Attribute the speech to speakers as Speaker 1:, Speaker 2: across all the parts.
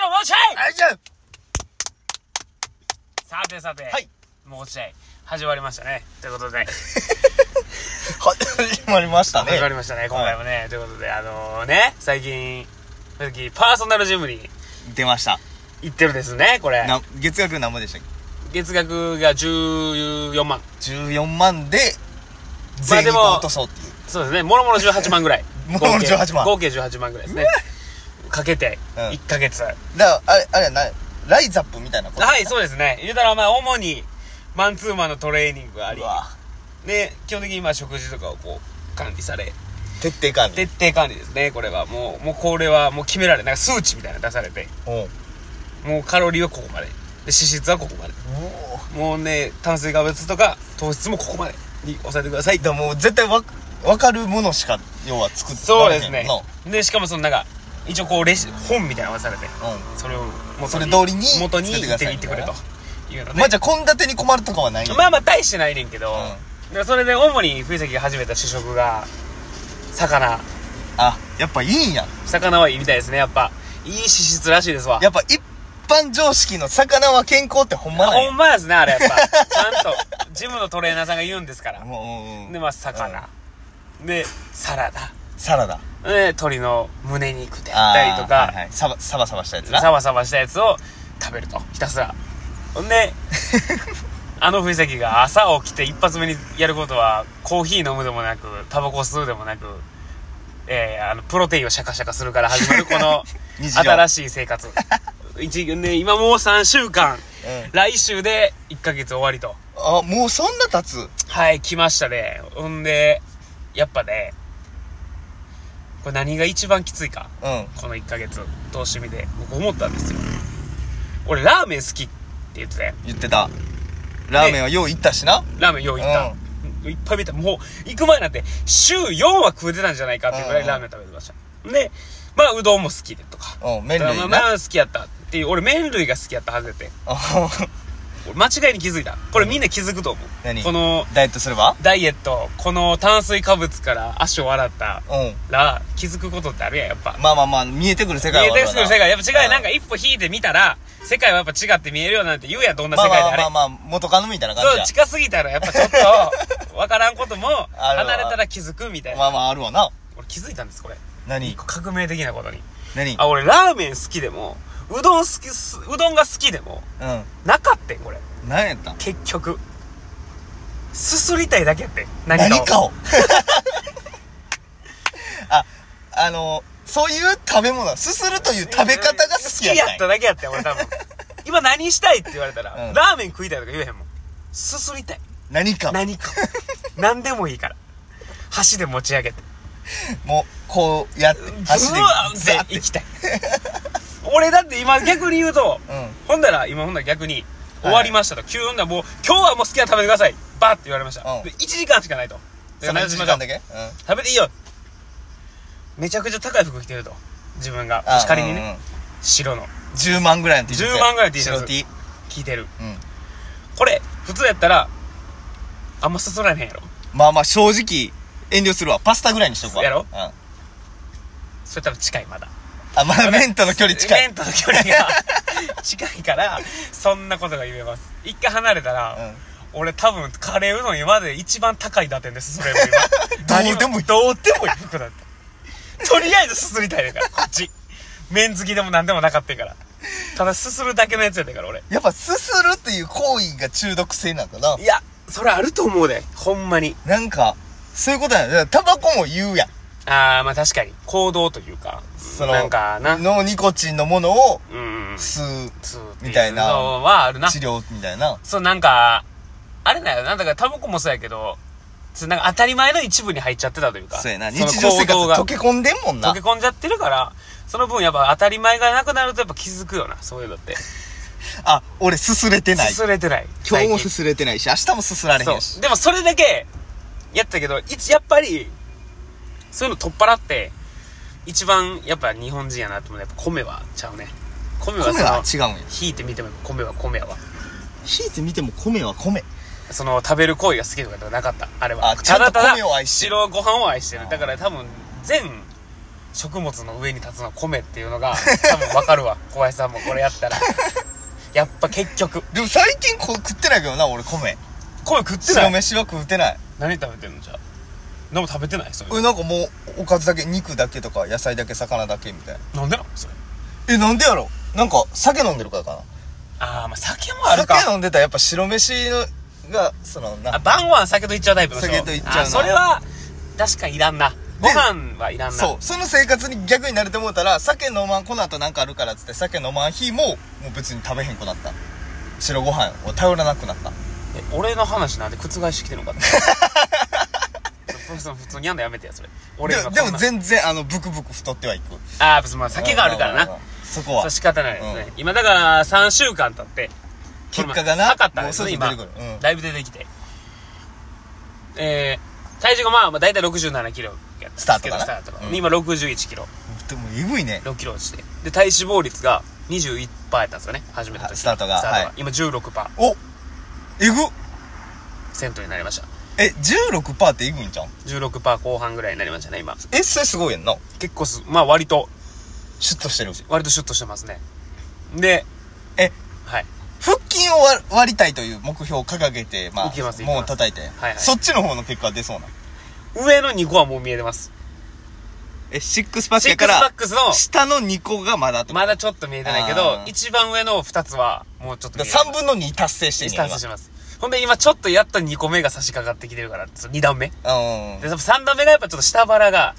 Speaker 1: 大丈夫
Speaker 2: さてさて、
Speaker 1: はい、
Speaker 2: もう落ち合い始まりましたねということで
Speaker 1: 始まりました
Speaker 2: 始ま
Speaker 1: ね
Speaker 2: りましたね今回もね、ということであのね最近さっきパーソナルジムに
Speaker 1: 出ました
Speaker 2: 行ってるですねこれ
Speaker 1: な月額何もでしたっ
Speaker 2: 月額が14万
Speaker 1: け14万で
Speaker 2: まあ
Speaker 1: 税
Speaker 2: で
Speaker 1: 額
Speaker 2: も
Speaker 1: を落とそうっていう、
Speaker 2: そうですねもろもろ18万ぐらい
Speaker 1: もろもろ18万
Speaker 2: 合計合計18万ぐらいですねかけて
Speaker 1: うん
Speaker 2: 1ヶ月、
Speaker 1: だからあれあれはなライザップみたいなこと
Speaker 2: はいそうですね言うたらまあ主にマンツーマンのトレーニングがあり
Speaker 1: うわ
Speaker 2: で基本的にまあ食事とかをこう管理され
Speaker 1: 徹底管理
Speaker 2: 徹底管理ですねこれはもうもうこれはもう決められなんか数値みたいなの出されて
Speaker 1: うんう
Speaker 2: もうカロリーはここまでで脂質はここまで
Speaker 1: お
Speaker 2: もうね炭水化物とか糖質もここまでに抑えてください
Speaker 1: だからもう絶対わ分かるものしか要は作って
Speaker 2: そうですね
Speaker 1: の、
Speaker 2: でしかもそのなんか一応こうレシ本みたいなのがされて
Speaker 1: う
Speaker 2: それを
Speaker 1: それ通りに
Speaker 2: 元に
Speaker 1: 作ってく
Speaker 2: 言って
Speaker 1: ださい
Speaker 2: いってくれというの
Speaker 1: ん、まあ
Speaker 2: で
Speaker 1: じゃあ献立に困るとかはない
Speaker 2: まあまあ大してないねんけど
Speaker 1: う
Speaker 2: でそれで主に冬崎が始めた主食が魚
Speaker 1: あやっぱいいんや
Speaker 2: 魚はいいみたいですねやっぱいい脂質らしいですわ
Speaker 1: やっぱ一般常識の魚は健康ってほんまない
Speaker 2: ほんまですねあれやっぱちゃんとジムのトレーナーさんが言うんですから
Speaker 1: もう
Speaker 2: でまあ魚でサラダ
Speaker 1: サラダ
Speaker 2: で鶏の胸肉であったりと
Speaker 1: あーはい
Speaker 2: か
Speaker 1: はいサバサバサバしたやつな
Speaker 2: サバサバしたやつを食べるとひたすらほん であの藤崎が朝起きて一発目にやることはコーヒー飲むでもなくタバコ吸うでもなく、えーあのプロテインをシャカシャカするから始まるこの
Speaker 1: 日常
Speaker 2: 新しい生活一、ね、今もう3週間、
Speaker 1: うん
Speaker 2: 来週で1ヶ月終わりと
Speaker 1: あもうそんな経つ
Speaker 2: はい来ましたねほんでやっぱねこれ何が一番きついか
Speaker 1: うん
Speaker 2: この1ヶ月通してみて僕思ったんですよ俺ラーメン好きって言ってたやん
Speaker 1: 言ってたラーメンはよう行ったしな
Speaker 2: ラーメンよう行った、いっぱい見たもう行く前なんて週4は食うてたんじゃないかっていうぐらい
Speaker 1: うんうん
Speaker 2: ラーメン食べてました、でまあうどんも好きでとか
Speaker 1: うん麺類
Speaker 2: まあ
Speaker 1: な
Speaker 2: まあ好きやったっていう俺麺類が好きやったはずやって
Speaker 1: う
Speaker 2: 俺間違いに気づいたこれみんな気づくと思う、
Speaker 1: 何
Speaker 2: この
Speaker 1: んダイエットすれば
Speaker 2: ダイエットこの炭水化物から足を洗った
Speaker 1: うん
Speaker 2: ら気づくことってあるやんやっぱ
Speaker 1: まあまあまあ見えてくる世界は
Speaker 2: 見えてくる世界やっぱ違
Speaker 1: う
Speaker 2: い
Speaker 1: ん
Speaker 2: なんか一歩引いてみたら世界はやっぱ違って見えるよなんて言うやんどんな
Speaker 1: まあ
Speaker 2: 世界で
Speaker 1: ま
Speaker 2: あ
Speaker 1: あ
Speaker 2: れ、
Speaker 1: まあまあ元カノみたいな感
Speaker 2: そう
Speaker 1: じ
Speaker 2: 近すぎたらやっぱちょっ とわからんことも
Speaker 1: あるわ
Speaker 2: 離れたら気づくみたい
Speaker 1: や
Speaker 2: な、
Speaker 1: まあまああるわな
Speaker 2: 俺気づいたんですこれ一
Speaker 1: 何
Speaker 2: 個革命的なことに
Speaker 1: 何うん
Speaker 2: あ俺ラーメン好きでもうどん好きすうどんが好きでもなかったんこれ
Speaker 1: 何やったん
Speaker 2: 結局すすりたいだけやってん何かを
Speaker 1: 何かを ああのそういう食べ物すするという食べ方が好きやったんや
Speaker 2: ただけやったよ俺多分今何したいって言われたら、
Speaker 1: うん
Speaker 2: ラーメン食いたいとか言えへんもんすすりたい
Speaker 1: 何か
Speaker 2: 何か 何でもいいから箸で持ち上げて
Speaker 1: もうこうやって箸で
Speaker 2: うわ
Speaker 1: ザーっ
Speaker 2: で
Speaker 1: て
Speaker 2: 行きたい俺だって今逆に言うと、
Speaker 1: うん
Speaker 2: ほんだら今ほんだら逆に
Speaker 1: はい
Speaker 2: 終わりましたと、急にほんだらもう今日はもう好きなの食べてくださいバーって言われました、
Speaker 1: うん
Speaker 2: で1時間しかないとだか
Speaker 1: そ
Speaker 2: ら
Speaker 1: の
Speaker 2: 何
Speaker 1: 時
Speaker 2: しましょ
Speaker 1: 間
Speaker 2: う
Speaker 1: だけうん
Speaker 2: 食べていいよめちゃくちゃ高い服着てると自分が
Speaker 1: あ
Speaker 2: 仮に
Speaker 1: うんう
Speaker 2: ね
Speaker 1: ん
Speaker 2: 白の
Speaker 1: 10万ぐらいの T シャツ
Speaker 2: 10万ぐらいの T シャツ
Speaker 1: 白 T
Speaker 2: 着てる
Speaker 1: うん
Speaker 2: これ普通やったらあんまそそられへんやろ
Speaker 1: まあまあ正直遠慮するわパスタぐらいにしとくわ
Speaker 2: やろ
Speaker 1: うんあ
Speaker 2: それ多分近いまだ
Speaker 1: まあ麺との距離近い
Speaker 2: 麺との距離が 近いからそんなことが言えます一回離れたら、俺多分カレーうどん今まで一番高い打点ですそれも今
Speaker 1: どうでもい い
Speaker 2: どうでもいい服だってとりあえずすすりたいねんからこっち麺好きでも何でもなかったんやからただすするだけのやつやったから俺
Speaker 1: やっぱすするっていう行為が中毒性なんかない
Speaker 2: やそれあると思うでほんまに
Speaker 1: なんかそういうことなんだタバコも言うやん
Speaker 2: ああまあ確かに行動というか
Speaker 1: その
Speaker 2: なんかな
Speaker 1: ノーニコチンのものを
Speaker 2: うん
Speaker 1: 吸う
Speaker 2: そう
Speaker 1: みたいな
Speaker 2: ってうのはあるな
Speaker 1: 治療みたいな
Speaker 2: そう、なんか、あれだよな、だからタバコもそうやけど、そうなんか当たり前の一部に入っちゃってたというか。
Speaker 1: そうやな日
Speaker 2: の
Speaker 1: 常
Speaker 2: 行
Speaker 1: 生活
Speaker 2: 動が
Speaker 1: 溶け込んでんもんな
Speaker 2: 溶け込んじゃってるから、その分やっぱ当たり前がなくなるとやっぱ気づくよな、そういうのって。
Speaker 1: あ俺すすれてない
Speaker 2: すすれてない。
Speaker 1: 今日も
Speaker 2: 最近
Speaker 1: すすれてないし明日もすすられへ
Speaker 2: そ
Speaker 1: んし
Speaker 2: う。でもそれだけ、やったけど、いつやっぱり、そういうの取っ払って、一番やっぱ日本人やなと思うやっぱ米はちゃうね。米はそ
Speaker 1: 米は違
Speaker 2: の、
Speaker 1: うんよ
Speaker 2: 引いてみても米は米やわ。
Speaker 1: 引いてみても米は米
Speaker 2: その食べる行為が好きとかではなかったあれは
Speaker 1: あ
Speaker 2: ただた
Speaker 1: ち
Speaker 2: だ
Speaker 1: ゃんと米を愛してる
Speaker 2: 白ご飯を愛してるだから多分全食物の上に立つのは米っていうのが多分わかる わ小林さんもこれやったらやっぱ結局
Speaker 1: でも最近こ食ってないけどな俺米
Speaker 2: 米食ってな
Speaker 1: 白
Speaker 2: い
Speaker 1: 飯は食うてない
Speaker 2: 何食べてんのじゃあ何も食べてないそれ
Speaker 1: えなんかもうおかずだけ肉だけとか野菜だけ魚だけみたいな
Speaker 2: なんでなのそれ
Speaker 1: えなんでやろなんか酒飲んでるからか
Speaker 2: ああまあ酒もあ
Speaker 1: な
Speaker 2: るか
Speaker 1: 酒飲んでたらやっぱ白飯のがそのな
Speaker 2: あ晩ご飯酒といっちゃうタイプの人
Speaker 1: 酒といっちゃうな
Speaker 2: あそれは確かにいらんなご飯はいらんな
Speaker 1: そうその生活に逆になれてもうたら酒飲まんこの後なんかあるからっつって酒飲まん日ももう別に食べへんくなった白ご飯を頼らなくなった
Speaker 2: え俺の話なんで覆してきてるのかって それそれ普通にやんのやめてやそれ俺
Speaker 1: で
Speaker 2: 今こん
Speaker 1: で
Speaker 2: な
Speaker 1: も全然あのブクブク太ってはいく
Speaker 2: ああ別にまあ酒があるからな
Speaker 1: うんうんうんそこ
Speaker 2: そ
Speaker 1: は
Speaker 2: れ仕方ないですね、今だから3週間経って
Speaker 1: 結果がな
Speaker 2: 測ったんです
Speaker 1: もう
Speaker 2: ね
Speaker 1: すぐ
Speaker 2: 今、
Speaker 1: 出てくるうん
Speaker 2: だいぶ出てきてえー、体重がまあまあ大体6 7キロやったんですけど
Speaker 1: スタートかな
Speaker 2: スタートが
Speaker 1: うん
Speaker 2: で今6 1キロ
Speaker 1: でもえぐいね
Speaker 2: 6キロ落ちてで体脂肪率が21%やったんですよね初めた時
Speaker 1: スタートがはい
Speaker 2: 今16%
Speaker 1: おえぐ
Speaker 2: セントになりました
Speaker 1: え16%ってえぐいんじゃん
Speaker 2: 16%後半ぐらいになりましたね今
Speaker 1: えそれすごいやんな
Speaker 2: 結構すまあ割と
Speaker 1: シュッとしてる
Speaker 2: 割とシュッとしてますねで
Speaker 1: え
Speaker 2: はい
Speaker 1: 腹筋を割割りたいという目標を掲げて、ま
Speaker 2: いけます
Speaker 1: あ、
Speaker 2: いけます
Speaker 1: もう叩いて、
Speaker 2: はいはい
Speaker 1: そっちの方の結果は出そうな。
Speaker 2: 上の2個はもう見えてます
Speaker 1: え、シックスパック
Speaker 2: シッ
Speaker 1: や
Speaker 2: ク
Speaker 1: か
Speaker 2: スパッ
Speaker 1: ら、
Speaker 2: クスの
Speaker 1: 下の2個がまだと。
Speaker 2: まだちょっと見えてないけ
Speaker 1: あ
Speaker 2: ど、
Speaker 1: ー
Speaker 2: 一番上の二つは、もうちょっと見えてます
Speaker 1: 3分の2達成してんねん
Speaker 2: 達成してます。ほんで今ちょっとやっと2個目が差し掛かってきてるから、その二段目。で、
Speaker 1: 今うん。
Speaker 2: 3段目がやっぱちょっと下腹が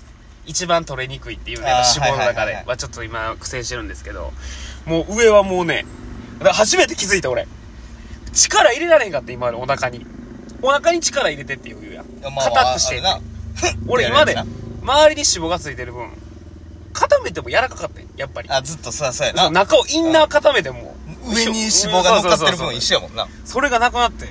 Speaker 2: 一番取れにくいっていうね
Speaker 1: あー、
Speaker 2: 脂肪の
Speaker 1: はいはい
Speaker 2: 中
Speaker 1: はいは
Speaker 2: で
Speaker 1: い
Speaker 2: はちょっと今苦戦してるんですけど、もう上はもうね、だから初めて気づいた俺。力入れられへんかった今までお腹に。お腹に力入れてっていうやん。
Speaker 1: ま
Speaker 2: カタッとして
Speaker 1: ある。な。
Speaker 2: 俺今まで
Speaker 1: や
Speaker 2: 周
Speaker 1: る
Speaker 2: りに脂肪がついてる分、固めても柔らかかったよ、やっぱり。
Speaker 1: あ、ずっとさ、そうや
Speaker 2: そう
Speaker 1: な。
Speaker 2: 中をインナー固めても
Speaker 1: 上に脂肪が乗っかってる分一
Speaker 2: 緒
Speaker 1: 緒やもんな。
Speaker 2: それがなくなって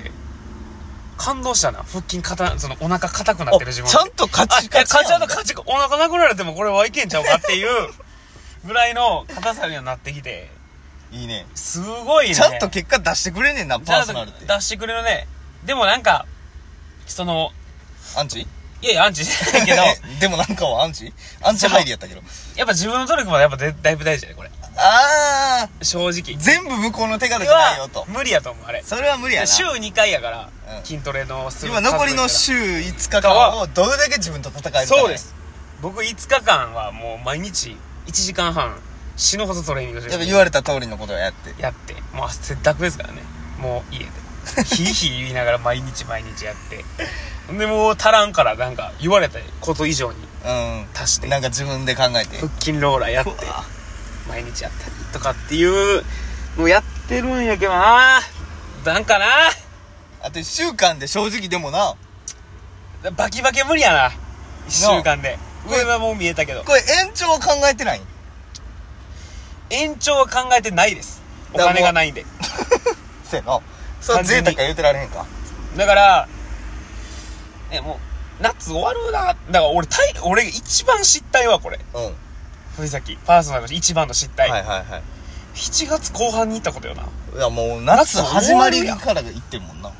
Speaker 2: 感動したな腹筋硬そのお腹硬くなってる自分
Speaker 1: ちゃんとカ
Speaker 2: あい
Speaker 1: チ
Speaker 2: やか
Speaker 1: カチやん。
Speaker 2: ちゃんとカチカチお腹なくなれてもこれはいけんちゃうかっていうぐらいの硬さにはなってきて
Speaker 1: いいね。
Speaker 2: すごいね
Speaker 1: ちゃんと結果出してくれんねんな、
Speaker 2: ちゃ
Speaker 1: パー
Speaker 2: ん
Speaker 1: ソナルって
Speaker 2: と。出してくれるねでもなんかその
Speaker 1: アンチ
Speaker 2: いやいやアンチじゃないけ ど
Speaker 1: えでもなんかはアンチアンチ入りやったけど。
Speaker 2: やっぱ自分の努力までやっぱでだいぶ大事だねこれ
Speaker 1: あー、
Speaker 2: 正直
Speaker 1: 全部向こうの手が出てないよ
Speaker 2: は
Speaker 1: と。
Speaker 2: 無理やと思うあれ
Speaker 1: それは無理やな。
Speaker 2: 週2回やから、
Speaker 1: うん
Speaker 2: 筋トレのする
Speaker 1: 今残りの
Speaker 2: 数
Speaker 1: 週5日間をどれだけ自分と戦えるか、ね、
Speaker 2: そうです僕5日間はもう毎日1時間半死ぬほどトレーニングして
Speaker 1: やっぱ
Speaker 2: る
Speaker 1: 言われた通りのことをやって
Speaker 2: やってもう汗だくですからねもう家でひいひい言いながら毎日毎日やって ほんでもう足らんからなんか言われたこと以上に
Speaker 1: う
Speaker 2: 足して
Speaker 1: ん
Speaker 2: 腹
Speaker 1: なんか自分で考えて
Speaker 2: 筋ローラーやって毎日やったりとかっていうのをやってるんやけどななんかな
Speaker 1: あと1週間で正直でもな
Speaker 2: バキバキ無理やな1週間で
Speaker 1: これ
Speaker 2: 上はもう見えたけど
Speaker 1: これ延長考えてない
Speaker 2: 延長は考えてないですお
Speaker 1: だからもう
Speaker 2: 金がないんで
Speaker 1: せやなそれは贅沢や言うてられへんか
Speaker 2: だから、ね、もう、夏終わるな。だから俺、体俺一番失態はこれ。
Speaker 1: うんはい
Speaker 2: 藤崎、パーソナルの一番の失態。
Speaker 1: はいはい
Speaker 2: 7月後半に行ったことよな。
Speaker 1: いやもう夏始まりから行ってるもんな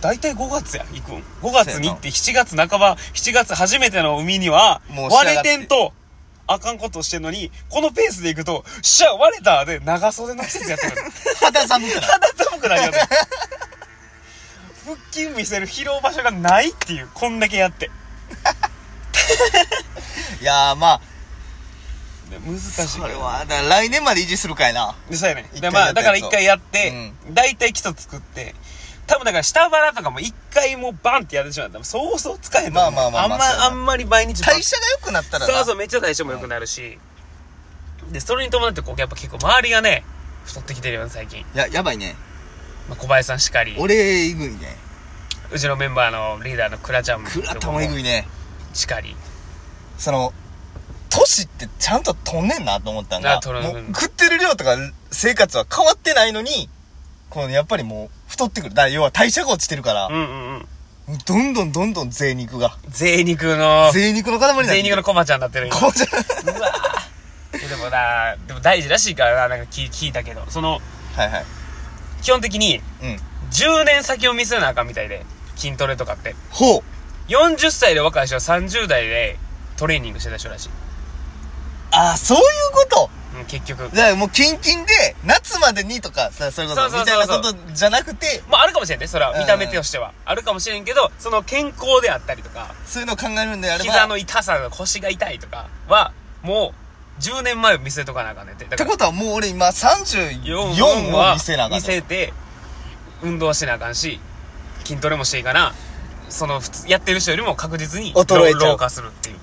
Speaker 2: 大体5月や、行くん。5月に行って7月半ば、7月初めての海には、
Speaker 1: もう仕上がっ
Speaker 2: 割
Speaker 1: て
Speaker 2: れてんと、あかんことをしてんのに、このペースで行くと、しゃ、割れたで、長袖の季節やってくる。
Speaker 1: 肌寒くない
Speaker 2: 肌寒くなるよね。腹筋見せる疲労場所がないっていう、こんだけやって。
Speaker 1: いやーまあ
Speaker 2: で難しいけど。
Speaker 1: それはだから来年まで維持するかいな
Speaker 2: でそうやね
Speaker 1: 一
Speaker 2: で
Speaker 1: 回
Speaker 2: ま
Speaker 1: や
Speaker 2: あ
Speaker 1: った
Speaker 2: だ
Speaker 1: やつを
Speaker 2: から一回やって、大体基礎作って多分だから下腹とかも一回もうバンってやってしまったらそうそう使えへんと思う
Speaker 1: まあまあまあまあそうやな
Speaker 2: あんまあんまり毎日バン
Speaker 1: 代謝が良くなったらな
Speaker 2: そうそうめっちゃ代謝も良くなるし、でそれに伴ってこうやっぱ結構周りがね太ってきてるよね最近、
Speaker 1: いややばいね
Speaker 2: まあ、小林さんしかり
Speaker 1: 俺えぐいね
Speaker 2: うちのメンバーのリーダーのクラちゃんも
Speaker 1: くらたもえぐいね
Speaker 2: しかり
Speaker 1: その、年ってちゃんととんねんなと思ったん
Speaker 2: あ
Speaker 1: だ。
Speaker 2: 取る
Speaker 1: もう食ってる量とか生活は変わってないのに、このやっぱりもう太ってくる。だから要は代謝が落ちてるから
Speaker 2: う、んうんうん
Speaker 1: どんどんどんどん贅肉が。
Speaker 2: 贅肉の
Speaker 1: 贅肉の塊になって
Speaker 2: 贅
Speaker 1: きて
Speaker 2: 肉の
Speaker 1: る。
Speaker 2: コマちゃんになってる今
Speaker 1: こうじゃ、
Speaker 2: うわぁでもなでも大事らしいからななんか聞聞いたけどその
Speaker 1: はいはい。
Speaker 2: 基本的に
Speaker 1: うん。
Speaker 2: 10年先を見据えなあかんみたいで筋トレとかって
Speaker 1: ほう。
Speaker 2: 40歳で若い人は30代でトレーニングしてた人らしい
Speaker 1: あ、そういうこと
Speaker 2: うん結局
Speaker 1: だからもうキンキンで、夏までにとか、さそういうこ
Speaker 2: そ
Speaker 1: と
Speaker 2: うそう
Speaker 1: み
Speaker 2: そう
Speaker 1: た
Speaker 2: そ
Speaker 1: いうなことじゃなくて、
Speaker 2: まああるかもしれんねそれ
Speaker 1: う
Speaker 2: は
Speaker 1: ん
Speaker 2: 見た目としては、あるかもしれんけどその健康であったりとか
Speaker 1: そういうのを考えるんであれば。
Speaker 2: 膝の痛さ腰が痛いとかはもう10年前を見せとかなあかんねんてだ
Speaker 1: っ
Speaker 2: か
Speaker 1: て
Speaker 2: ら
Speaker 1: ことはもう俺今34
Speaker 2: 4
Speaker 1: を
Speaker 2: は
Speaker 1: 見せなあかん
Speaker 2: 見
Speaker 1: ね
Speaker 2: せて運動はしなあかんし筋トレもしていいかなその普通やってる人よりも確実に
Speaker 1: 衰えちゃう
Speaker 2: 老老化するっていう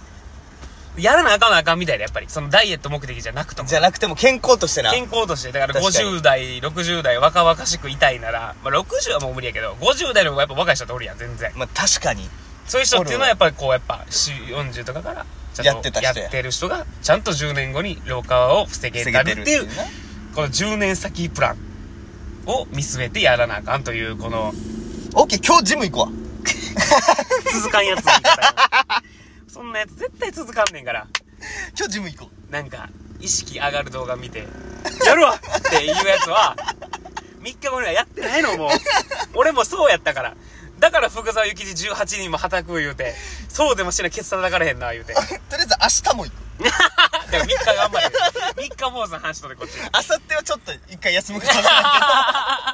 Speaker 2: やらなあかんなあかんみたいなやっぱりそのダイエット目的じゃなくとも
Speaker 1: じゃなくても健康としてな
Speaker 2: 健康としてだから
Speaker 1: 確かに
Speaker 2: 50代60代若々しくいたいなら、まあ、60はもう無理やけど50代の方がやっぱ若い人っておるやん全然
Speaker 1: まあ確かに
Speaker 2: そういう人っていうのはやっぱりこうやっぱ40とかからちゃんと
Speaker 1: やってた人や
Speaker 2: やってる人がちゃんと10年後に老化を防げたるっていう
Speaker 1: な
Speaker 2: この10年先プランを見据えてやらなあかんというこの
Speaker 1: オッケー今日ジム行くわ
Speaker 2: 続かんやつの言い方そんなやつ絶対続かんねんから
Speaker 1: 今日ジム行こ
Speaker 2: なんか意識上がる動画見て「やるわ!」っていうやつは3日後にはやってないのもう俺もそうやったからだから福沢諭吉18人も叩く言うてそうでもしなケツ叩かれへんな言うて
Speaker 1: う とりあえず明日も行く
Speaker 2: でも3日頑張れ3日坊主の話とでこっち
Speaker 1: 明後日はちょっと一回休むから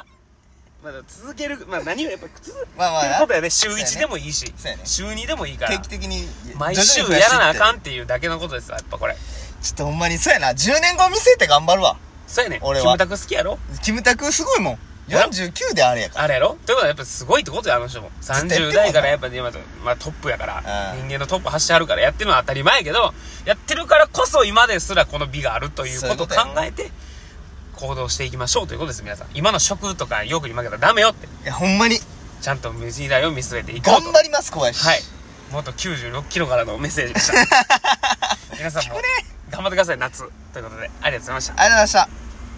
Speaker 1: ま
Speaker 2: まだ続けるまあ何をやっぱ続ける
Speaker 1: あまあ
Speaker 2: こ
Speaker 1: な
Speaker 2: とやね週
Speaker 1: そうや
Speaker 2: 1
Speaker 1: ね
Speaker 2: でもいいし、
Speaker 1: そうやね
Speaker 2: 週2でもいいから
Speaker 1: 定期的に
Speaker 2: 毎
Speaker 1: 徐
Speaker 2: 週
Speaker 1: 々に増
Speaker 2: や
Speaker 1: して
Speaker 2: らなあ
Speaker 1: いって
Speaker 2: かんっていうだけのことですわやっぱこれ
Speaker 1: ちょっとほんまにそうやな10年後見せて頑張るわ
Speaker 2: そうやね
Speaker 1: 俺は
Speaker 2: キムタク好きやろ
Speaker 1: キムタクすごいもん
Speaker 2: やろ
Speaker 1: 49であれやから
Speaker 2: あれやろということはやっぱすごいってことやあの人も
Speaker 1: っとやってんも
Speaker 2: 30
Speaker 1: んな
Speaker 2: 代からやっぱ今、まあ、トップやから
Speaker 1: うん
Speaker 2: 人間のトップ走ってはるからやってるのは当たり前やけどやってるからこそ今ですらこの美があるということを考
Speaker 1: そういうことや
Speaker 2: えて行動していきましょうということです皆さん今の食とか欲に負けたらダメよって
Speaker 1: いやほんまに
Speaker 2: ちゃんと未来を見据えていこう
Speaker 1: 頑
Speaker 2: と
Speaker 1: 張ります小林
Speaker 2: はい。元96キロからのメッセー ジでした。皆さんも頑張ってください、夏。ということで、ありがとうございました。
Speaker 1: ありがとうございました